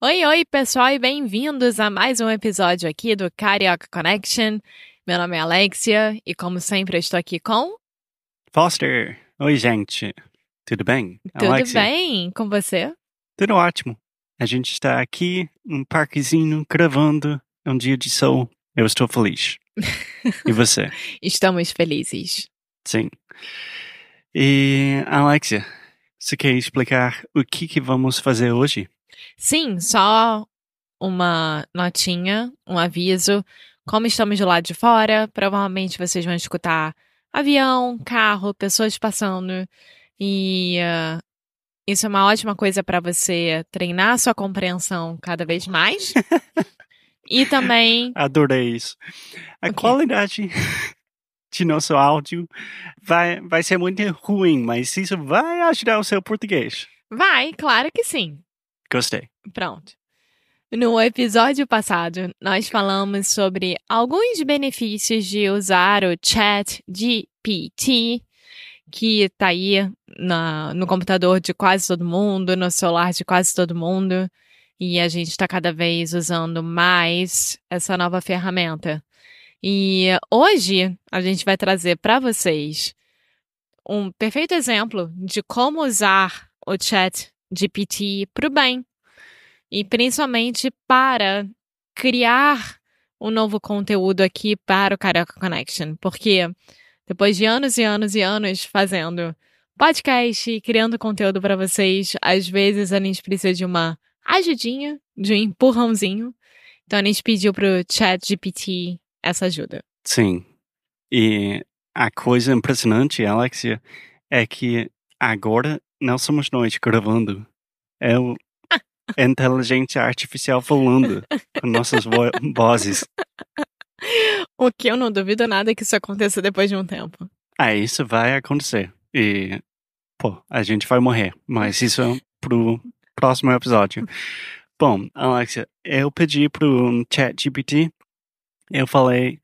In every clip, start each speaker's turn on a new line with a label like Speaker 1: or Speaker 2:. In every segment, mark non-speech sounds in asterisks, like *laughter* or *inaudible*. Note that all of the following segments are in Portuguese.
Speaker 1: Oi, oi, pessoal, e bem-vindos a mais um episódio aqui do Carioca Connection. Meu nome é Alexia e, como sempre, eu estou aqui com.
Speaker 2: Foster! Oi, gente! Tudo bem?
Speaker 1: Tudo bem com você?
Speaker 2: Tudo ótimo. A gente está aqui num parquezinho, gravando. É um dia de sol. Eu estou feliz.
Speaker 1: *laughs*
Speaker 2: E você?
Speaker 1: Estamos felizes.
Speaker 2: Sim. E, Alexia, você quer explicar o que, que vamos fazer hoje?
Speaker 1: Sim, só uma notinha, um aviso. Como estamos do lado de fora, provavelmente vocês vão escutar avião, carro, pessoas passando. E ah, isso é uma ótima coisa para você treinar a sua compreensão cada vez mais. e também,
Speaker 2: Adorei isso. A
Speaker 1: Ok.
Speaker 2: qualidade *laughs* de nosso áudio vai, vai ser muito ruim, mas isso vai ajudar o seu português.
Speaker 1: vai, claro que sim.
Speaker 2: Gostei.
Speaker 1: Pronto. No episódio passado, nós falamos sobre alguns benefícios de usar o chat GPT, que tá aí na- no computador de quase todo mundo, no celular de quase todo mundo, e a gente está cada vez usando mais essa nova ferramenta. E hoje a gente vai trazer para vocês um perfeito exemplo de como usar o chat GPT para o bem e principalmente para criar um novo conteúdo aqui para o Carioca Connection, porque depois de anos e anos e anos fazendo podcast e criando conteúdo para vocês, às vezes a gente precisa de uma ajudinha, de um empurrãozinho. Então a gente pediu pro Chat GPT essa ajuda.
Speaker 2: Sim. E a coisa impressionante, Alexia, é que agora não somos nós gravando. É o a inteligência artificial falando com nossas vo- vozes.
Speaker 1: O que eu não duvido nada que isso aconteça depois de um tempo.
Speaker 2: Ah, isso vai acontecer. E, pô, a gente vai morrer. Mas isso é pro próximo episódio. Bom, Alexia, eu pedi pro ChatGPT, eu falei,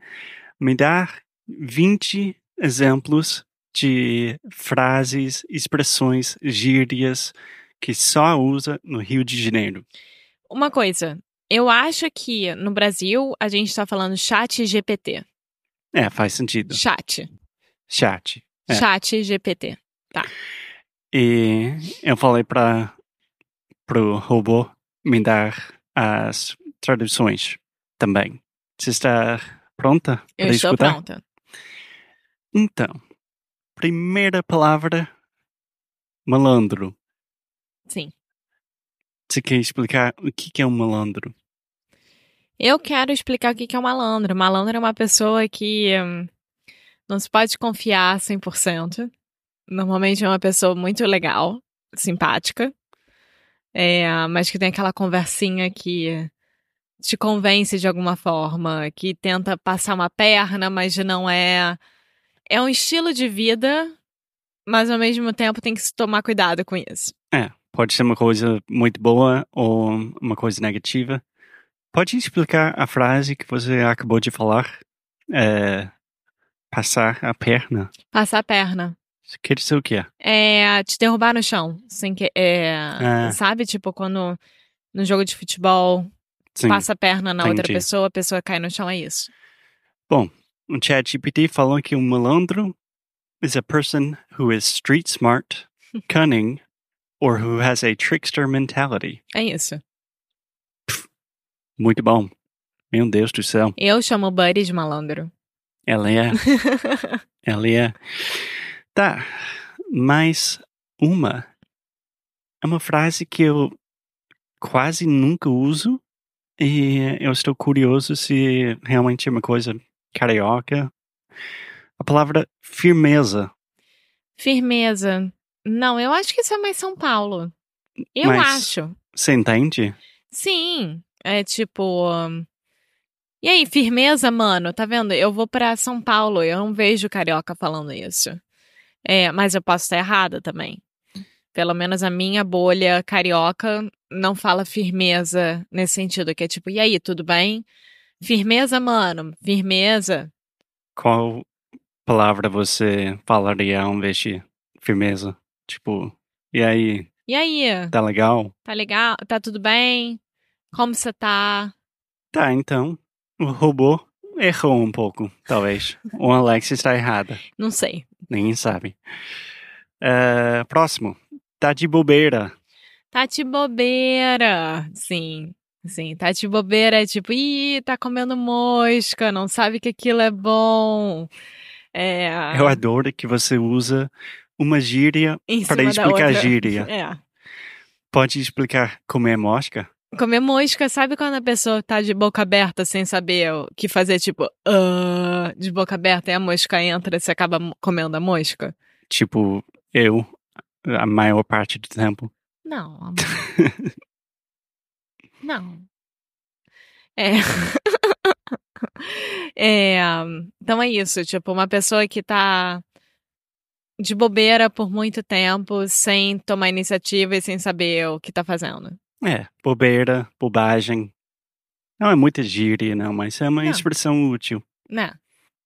Speaker 2: me dá 20 exemplos de frases, expressões, gírias que só usa no Rio de Janeiro.
Speaker 1: Uma coisa, eu acho que no Brasil a gente está falando chat GPT.
Speaker 2: É, faz sentido.
Speaker 1: Chat.
Speaker 2: Chat. É.
Speaker 1: Chat GPT.
Speaker 2: E eu falei para pro robô me dar as traduções também. Você está pronta
Speaker 1: Eu
Speaker 2: para
Speaker 1: estou
Speaker 2: escutar?
Speaker 1: pronta.
Speaker 2: Então, primeira palavra, malandro.
Speaker 1: Sim.
Speaker 2: Você quer explicar o que que é um malandro?
Speaker 1: Eu quero explicar o que que é um malandro. Malandro é uma pessoa que hum, não se pode confiar 100%. Normalmente é uma pessoa muito legal, simpática, é, mas que tem aquela conversinha que te convence de alguma forma, que tenta passar uma perna, mas não é. É um estilo de vida, mas ao mesmo tempo tem que se tomar cuidado com isso.
Speaker 2: É, pode ser uma coisa muito boa ou uma coisa negativa. Pode explicar a frase que você acabou de falar? É, passar a perna.
Speaker 1: Passar a perna.
Speaker 2: Isso quer dizer o quê?
Speaker 1: É, te derrubar no chão, sem que, é,
Speaker 2: Ah.
Speaker 1: sabe? Tipo, quando no jogo de futebol
Speaker 2: Sim.
Speaker 1: passa a perna na outra
Speaker 2: entendi.
Speaker 1: pessoa, a pessoa cai no chão, é isso.
Speaker 2: Um ChatGPT falou que um malandro is a person who is street smart, cunning, or who has a trickster mentality.
Speaker 1: É isso.
Speaker 2: Muito bom. Meu Deus do céu.
Speaker 1: Eu chamo o Buddy de malandro.
Speaker 2: Ela é, ela é. Tá, mas uma é uma frase que eu quase nunca uso e eu estou curioso se realmente é uma coisa carioca. A palavra firmeza.
Speaker 1: *laughs* Firmeza. Não, eu acho que isso é mais São Paulo. Eu
Speaker 2: Mas-
Speaker 1: acho.
Speaker 2: Você entende?
Speaker 1: Sim. É tipo. hum, E aí, firmeza, mano? Tá vendo? Eu vou pra São Paulo, eu não vejo carioca falando isso. É, mas eu posso estar errada também. Pelo menos a minha bolha carioca não fala firmeza nesse sentido, que é tipo, e aí, tudo bem? Firmeza, mano, firmeza.
Speaker 2: Qual palavra você falaria ao invés de firmeza? Tipo, e aí,
Speaker 1: E aí,
Speaker 2: tá legal?
Speaker 1: tá legal? Tá tudo bem? Como você tá?
Speaker 2: Tá, então, o robô errou um pouco, talvez. o Alex está errada,
Speaker 1: Não sei.
Speaker 2: ninguém sabe. Eh, próximo, tá de bobeira.
Speaker 1: Tá de bobeira. Sim, sim. Tá de bobeira é tipo, ih, tá comendo mosca, não sabe que aquilo é bom. É,
Speaker 2: Eu adoro que você usa uma gíria
Speaker 1: em cima
Speaker 2: para
Speaker 1: da
Speaker 2: explicar a
Speaker 1: outra.
Speaker 2: gíria.
Speaker 1: É.
Speaker 2: Pode explicar comer mosca?
Speaker 1: Comer mosca, sabe quando a pessoa tá de boca aberta sem saber o que fazer, tipo, "Ah", de boca aberta e a mosca entra e você acaba mo- comendo a mosca?
Speaker 2: Tipo, eu, a maior parte do tempo.
Speaker 1: Não, amor. Não. É. *laughs* É, Então é isso, tipo, uma pessoa que tá de bobeira por muito tempo, sem tomar iniciativa e sem saber o que tá fazendo.
Speaker 2: É, bobeira, bobagem. Não é muita gíria, não, mas é uma
Speaker 1: Não.
Speaker 2: expressão útil.
Speaker 1: Né?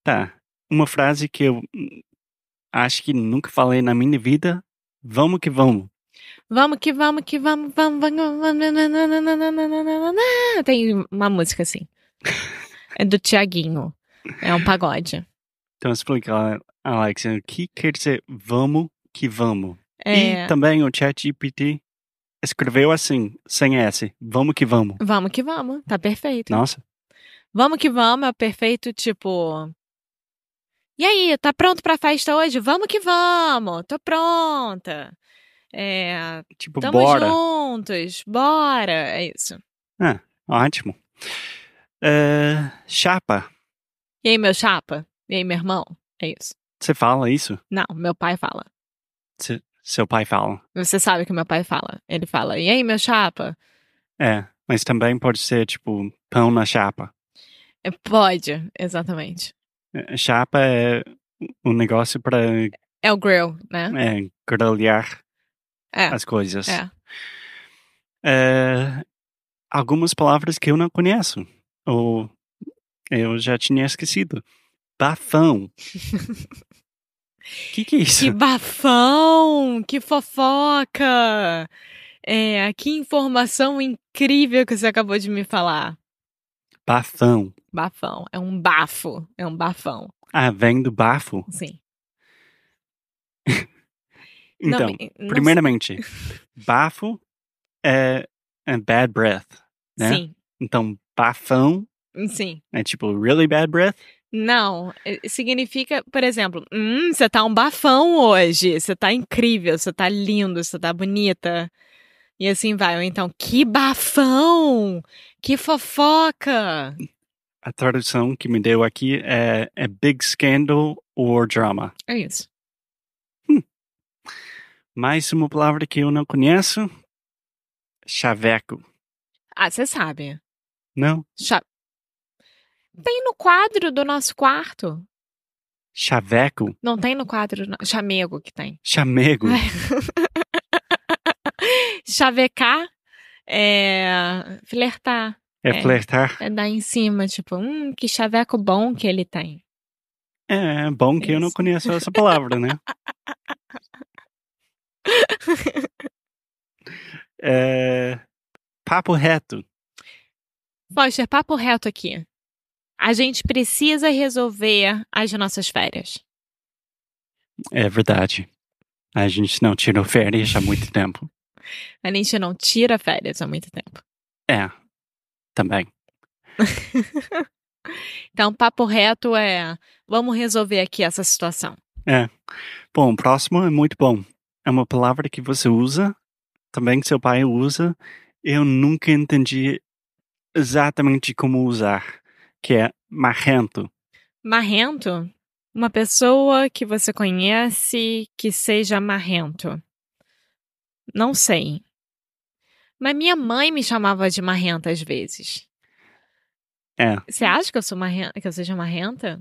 Speaker 2: Tá. Uma frase que eu hum, acho que nunca falei na minha vida. Vamos que vamos.
Speaker 1: Vamos que vamos que vamos, vamos, vamos, vamos. nananana. Tem uma música assim. É do Tiaguinho. É um pagode.
Speaker 2: Então explica, Alex, o que quer dizer vamos que vamos?
Speaker 1: É,
Speaker 2: E também o ChatGPT escreveu assim, sem S. Vamos que vamos.
Speaker 1: Vamos que vamos. Tá perfeito.
Speaker 2: Nossa,
Speaker 1: Vamos que vamos é perfeito, tipo. E aí, tá pronto pra festa hoje? Vamos que vamos! Tô pronta! É,
Speaker 2: tipo,
Speaker 1: tamo
Speaker 2: bora.
Speaker 1: juntos, bora! É isso.
Speaker 2: Ótimo. Eh, chapa,
Speaker 1: E aí, meu chapa? E aí, meu irmão? É isso.
Speaker 2: você fala isso?
Speaker 1: Não, meu pai fala.
Speaker 2: Se- seu pai fala.
Speaker 1: Você sabe que meu pai fala. Ele fala, e aí, meu chapa?
Speaker 2: É, mas também pode ser, tipo, pão na chapa.
Speaker 1: É, Pode, exatamente.
Speaker 2: Eh, Chapa é um negócio para
Speaker 1: É o grill,
Speaker 2: *laughs*
Speaker 1: né?
Speaker 2: é, grelhar
Speaker 1: É.
Speaker 2: as coisas.
Speaker 1: É.
Speaker 2: Eh, algumas palavras que eu não conheço. Ou eu já tinha esquecido.
Speaker 1: *laughs*
Speaker 2: Bafão. O que, que é isso?
Speaker 1: Que bafão! Que fofoca! É, que informação incrível que você acabou de me falar.
Speaker 2: Bafão.
Speaker 1: Bafão. É um bafo. É um bafão.
Speaker 2: Ah, vem do bafo?
Speaker 1: Sim. Não,
Speaker 2: Então,
Speaker 1: e- não
Speaker 2: Primeiramente, bafo é, é bad breath.
Speaker 1: sei-
Speaker 2: né?
Speaker 1: Sim.
Speaker 2: Então, bafão
Speaker 1: Sim.
Speaker 2: é tipo really bad breath.
Speaker 1: Não. é- Significa, por exemplo, hum, você tá um bafão hoje. Você tá incrível, você tá lindo, você tá bonita. E assim vai. Ou então, que bafão! Que fofoca!
Speaker 2: A tradução que me deu aqui é, é big scandal or drama.
Speaker 1: É isso.
Speaker 2: Mais uma palavra que eu não conheço. Chaveco.
Speaker 1: Ah, você sabe.
Speaker 2: Não,
Speaker 1: Cha- Tem no quadro do nosso quarto.
Speaker 2: chaveco.
Speaker 1: Não tem no quadro. no- Chamego que tem.
Speaker 2: Chamego.
Speaker 1: Chavecar é flertar.
Speaker 2: É
Speaker 1: *laughs* é.
Speaker 2: flertar.
Speaker 1: É dar em cima, tipo, hum, que chaveco bom que ele tem.
Speaker 2: É, é bom que eu não
Speaker 1: Isso.
Speaker 2: conheço essa palavra, né? É, papo reto.
Speaker 1: Foster, papo reto aqui. A gente precisa resolver as nossas férias.
Speaker 2: É verdade. A gente não tirou férias há muito tempo.
Speaker 1: A gente não tira férias há muito tempo.
Speaker 2: É, também.
Speaker 1: Então, papo reto é vamos resolver aqui essa situação.
Speaker 2: É. Bom, próximo é muito bom. É uma palavra que você usa, também que seu pai usa. Eu nunca entendi exatamente como usar, que é marrento.
Speaker 1: Marrento? Uma pessoa que você conhece que seja marrento. Não sei. Mas minha mãe me chamava de marrenta às vezes.
Speaker 2: É.
Speaker 1: Você acha que eu sou marrenta, que eu seja marrenta?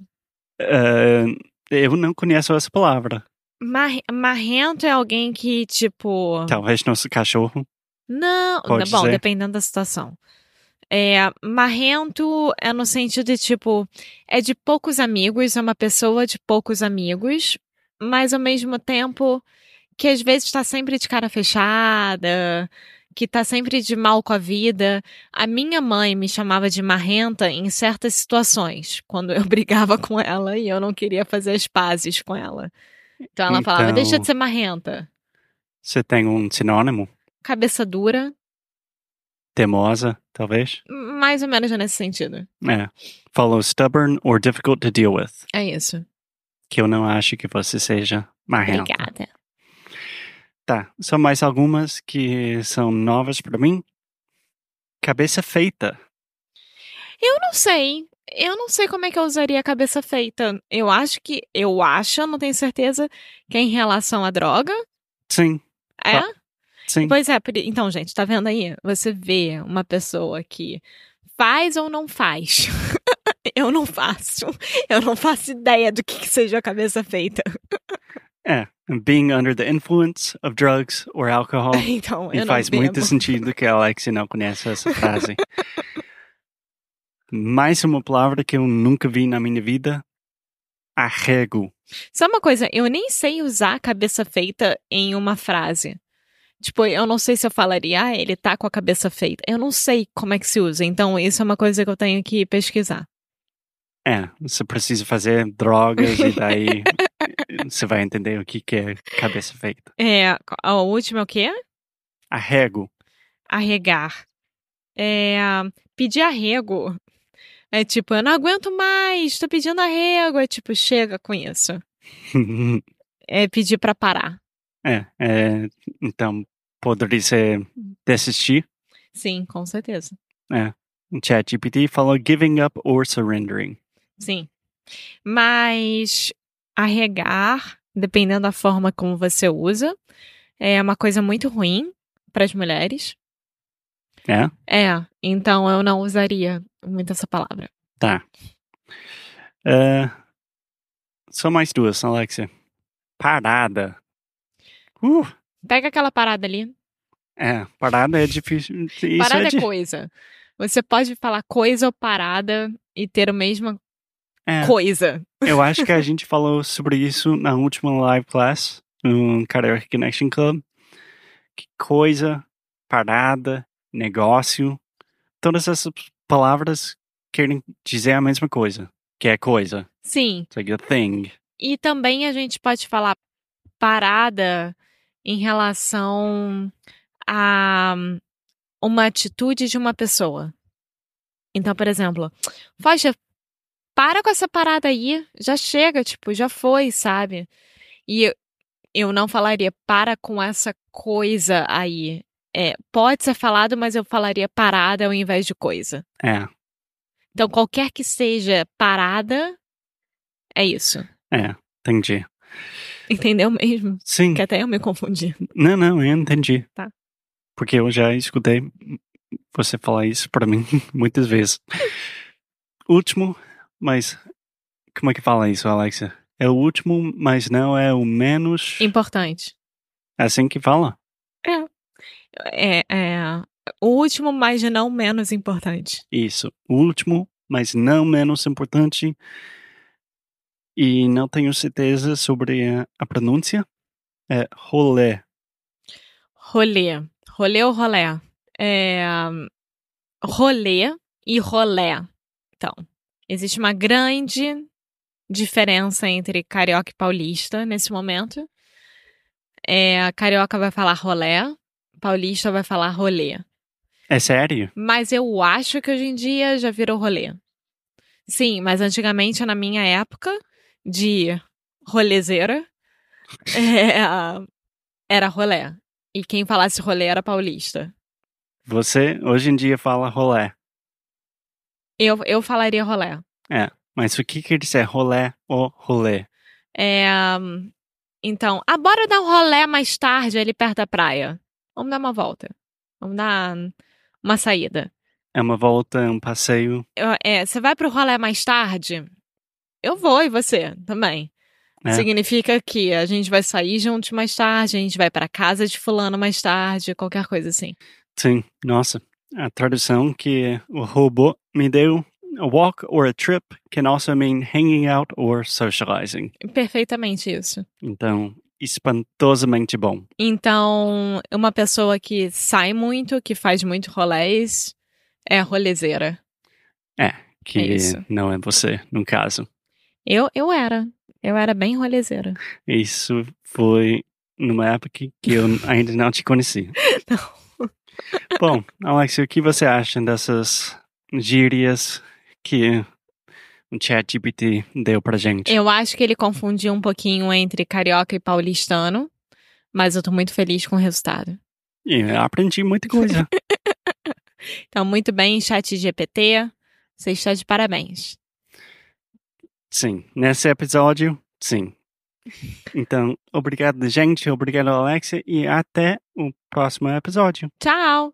Speaker 2: Eh, eu não conheço essa palavra.
Speaker 1: Mar... Marrento é alguém que, tipo.
Speaker 2: Talvez nosso cachorro.
Speaker 1: Não,
Speaker 2: Pode
Speaker 1: bom,
Speaker 2: ser.
Speaker 1: dependendo da situação. É, marrento é no sentido de tipo, é de poucos amigos, é uma pessoa de poucos amigos, mas ao mesmo tempo que às vezes tá sempre de cara fechada, que tá sempre de mal com a vida. A minha mãe me chamava de marrenta em certas situações, quando eu *laughs* brigava com ela e eu não queria fazer as pazes com ela. Então ela falava:
Speaker 2: Então-
Speaker 1: deixa de ser marrenta,
Speaker 2: Você tem um sinônimo?
Speaker 1: cabeça dura.
Speaker 2: Teimosa, talvez?
Speaker 1: Mais ou menos nesse sentido.
Speaker 2: É. Falou stubborn or difficult to deal with.
Speaker 1: É isso.
Speaker 2: Que eu não acho que você seja marrento.
Speaker 1: Obrigada.
Speaker 2: Tá, são mais algumas que são novas pra mim. Cabeça feita.
Speaker 1: Eu não sei. Eu não sei como é que eu usaria a cabeça feita. Eu acho que. Eu acho, eu não tenho certeza, que é em relação à droga.
Speaker 2: Sim,
Speaker 1: É?
Speaker 2: Ah, sim.
Speaker 1: Pois é, por- então, gente, tá vendo aí? Você vê uma pessoa que faz ou não faz. *laughs* eu não faço. Eu não faço ideia do que, que seja a cabeça feita.
Speaker 2: Being under the influence of drugs or alcohol.
Speaker 1: Então, *laughs* eu
Speaker 2: E
Speaker 1: não
Speaker 2: faz
Speaker 1: bebo.
Speaker 2: muito sentido que a Alexia não conheça essa frase. Mais uma palavra que eu nunca vi na minha vida. Arrego.
Speaker 1: Só uma coisa, eu nem sei usar a cabeça feita em uma frase. Tipo, eu não sei se eu falaria, ah, ele tá com a cabeça feita. Eu não sei como é que se usa, então isso é uma coisa que eu tenho que pesquisar.
Speaker 2: É, você precisa fazer drogas e
Speaker 1: *laughs*
Speaker 2: daí você vai entender o que que é cabeça feita.
Speaker 1: É, a última é o quê?
Speaker 2: Arrego. *laughs*
Speaker 1: Arregar. É, pedir arrego. É tipo, eu não aguento mais, tô pedindo arrego. É tipo, chega com isso. É pedir pra parar.
Speaker 2: É, é, então poderia ser desistir.
Speaker 1: Sim, com certeza.
Speaker 2: O ChatGPT falou giving up or surrendering.
Speaker 1: Sim. Mas arregar, dependendo da forma como você usa, é uma coisa muito ruim para as mulheres.
Speaker 2: É?
Speaker 1: É, então eu não usaria muito essa palavra.
Speaker 2: Tá. É, só mais duas, Alexia. Parada. Uh,
Speaker 1: Pega aquela parada ali.
Speaker 2: é, parada é difícil. Isso
Speaker 1: parada
Speaker 2: é,
Speaker 1: é,
Speaker 2: di-
Speaker 1: coisa. Você pode falar coisa ou parada e ter a mesma
Speaker 2: é,
Speaker 1: coisa.
Speaker 2: Eu acho que a gente falou sobre isso na última live class no Karaoke Connection Club. Que coisa, parada, negócio, todas essas palavras querem dizer a mesma coisa, que é coisa,
Speaker 1: Sim.
Speaker 2: it's like a thing.
Speaker 1: E também a gente pode falar parada em relação a uma atitude de uma pessoa. Então, por exemplo, Foja, para com essa parada aí, já chega, tipo, já foi, sabe? E eu, eu não falaria para com essa coisa aí. É, pode ser falado, mas eu falaria parada ao invés de coisa.
Speaker 2: É,
Speaker 1: Então, qualquer que seja parada, é isso. *laughs*
Speaker 2: é, entendi.
Speaker 1: Entendeu mesmo?
Speaker 2: Sim,
Speaker 1: *laughs* Que até eu me confundi.
Speaker 2: não, não, eu entendi.
Speaker 1: Tá.
Speaker 2: Porque eu já escutei você falar isso pra mim *laughs* muitas vezes. Último, mas como é que fala isso, Alexa? É o último, mas não é o menos.
Speaker 1: Importante.
Speaker 2: É assim que fala?
Speaker 1: É, é, o último, mas não menos importante.
Speaker 2: Isso. O último, mas não menos importante. E não tenho certeza sobre a, a pronúncia. É rolê.
Speaker 1: Rolê. Rolê ou rolé? É, rolê e rolé. Então, existe uma grande diferença entre carioca e paulista nesse momento. É, carioca vai falar rolé, paulista vai falar rolê.
Speaker 2: É sério?
Speaker 1: Mas eu acho que hoje em dia já virou rolê. Sim, mas antigamente, na minha época de rolezeira *laughs* é, era rolé. E quem falasse rolé era paulista.
Speaker 2: Você hoje em dia fala rolé,
Speaker 1: Eu, eu falaria rolé.
Speaker 2: mas o que quer dizer rolé ou rolê?
Speaker 1: É, hum, então, ah, bora dar um rolé mais tarde ali perto da praia. Vamos dar uma volta. Vamos dar hum, uma saída.
Speaker 2: É uma volta, um passeio?
Speaker 1: Eu- é, você vai pro rolé mais tarde? Eu vou e você também.
Speaker 2: É.
Speaker 1: Significa que a gente vai sair juntos mais tarde, a gente vai pra casa de fulano mais tarde, qualquer coisa assim.
Speaker 2: Sim, nossa. A tradução que o robô me deu, a walk or a trip can also mean hanging out or socializing.
Speaker 1: Perfeitamente isso.
Speaker 2: Então, espantosamente bom.
Speaker 1: Então, uma pessoa que sai muito, que faz muito rolés, é a rolezeira.
Speaker 2: Que
Speaker 1: É isso.
Speaker 2: não é você, no caso.
Speaker 1: Eu, eu era. Eu era bem rolezeira.
Speaker 2: Isso foi numa época que eu ainda não
Speaker 1: *laughs*
Speaker 2: te conhecia. Bom, Alex, o que você acha dessas gírias que o ChatGPT deu pra gente?
Speaker 1: Eu acho que ele confundiu um pouquinho entre carioca e paulistano, mas eu tô muito feliz com o resultado.
Speaker 2: E eu aprendi muita coisa.
Speaker 1: Então, muito bem, chat GPT. Você está de parabéns.
Speaker 2: Sim, nesse episódio, sim. Então, obrigado, gente. Obrigado, Alexia. E até o próximo episódio.
Speaker 1: Tchau!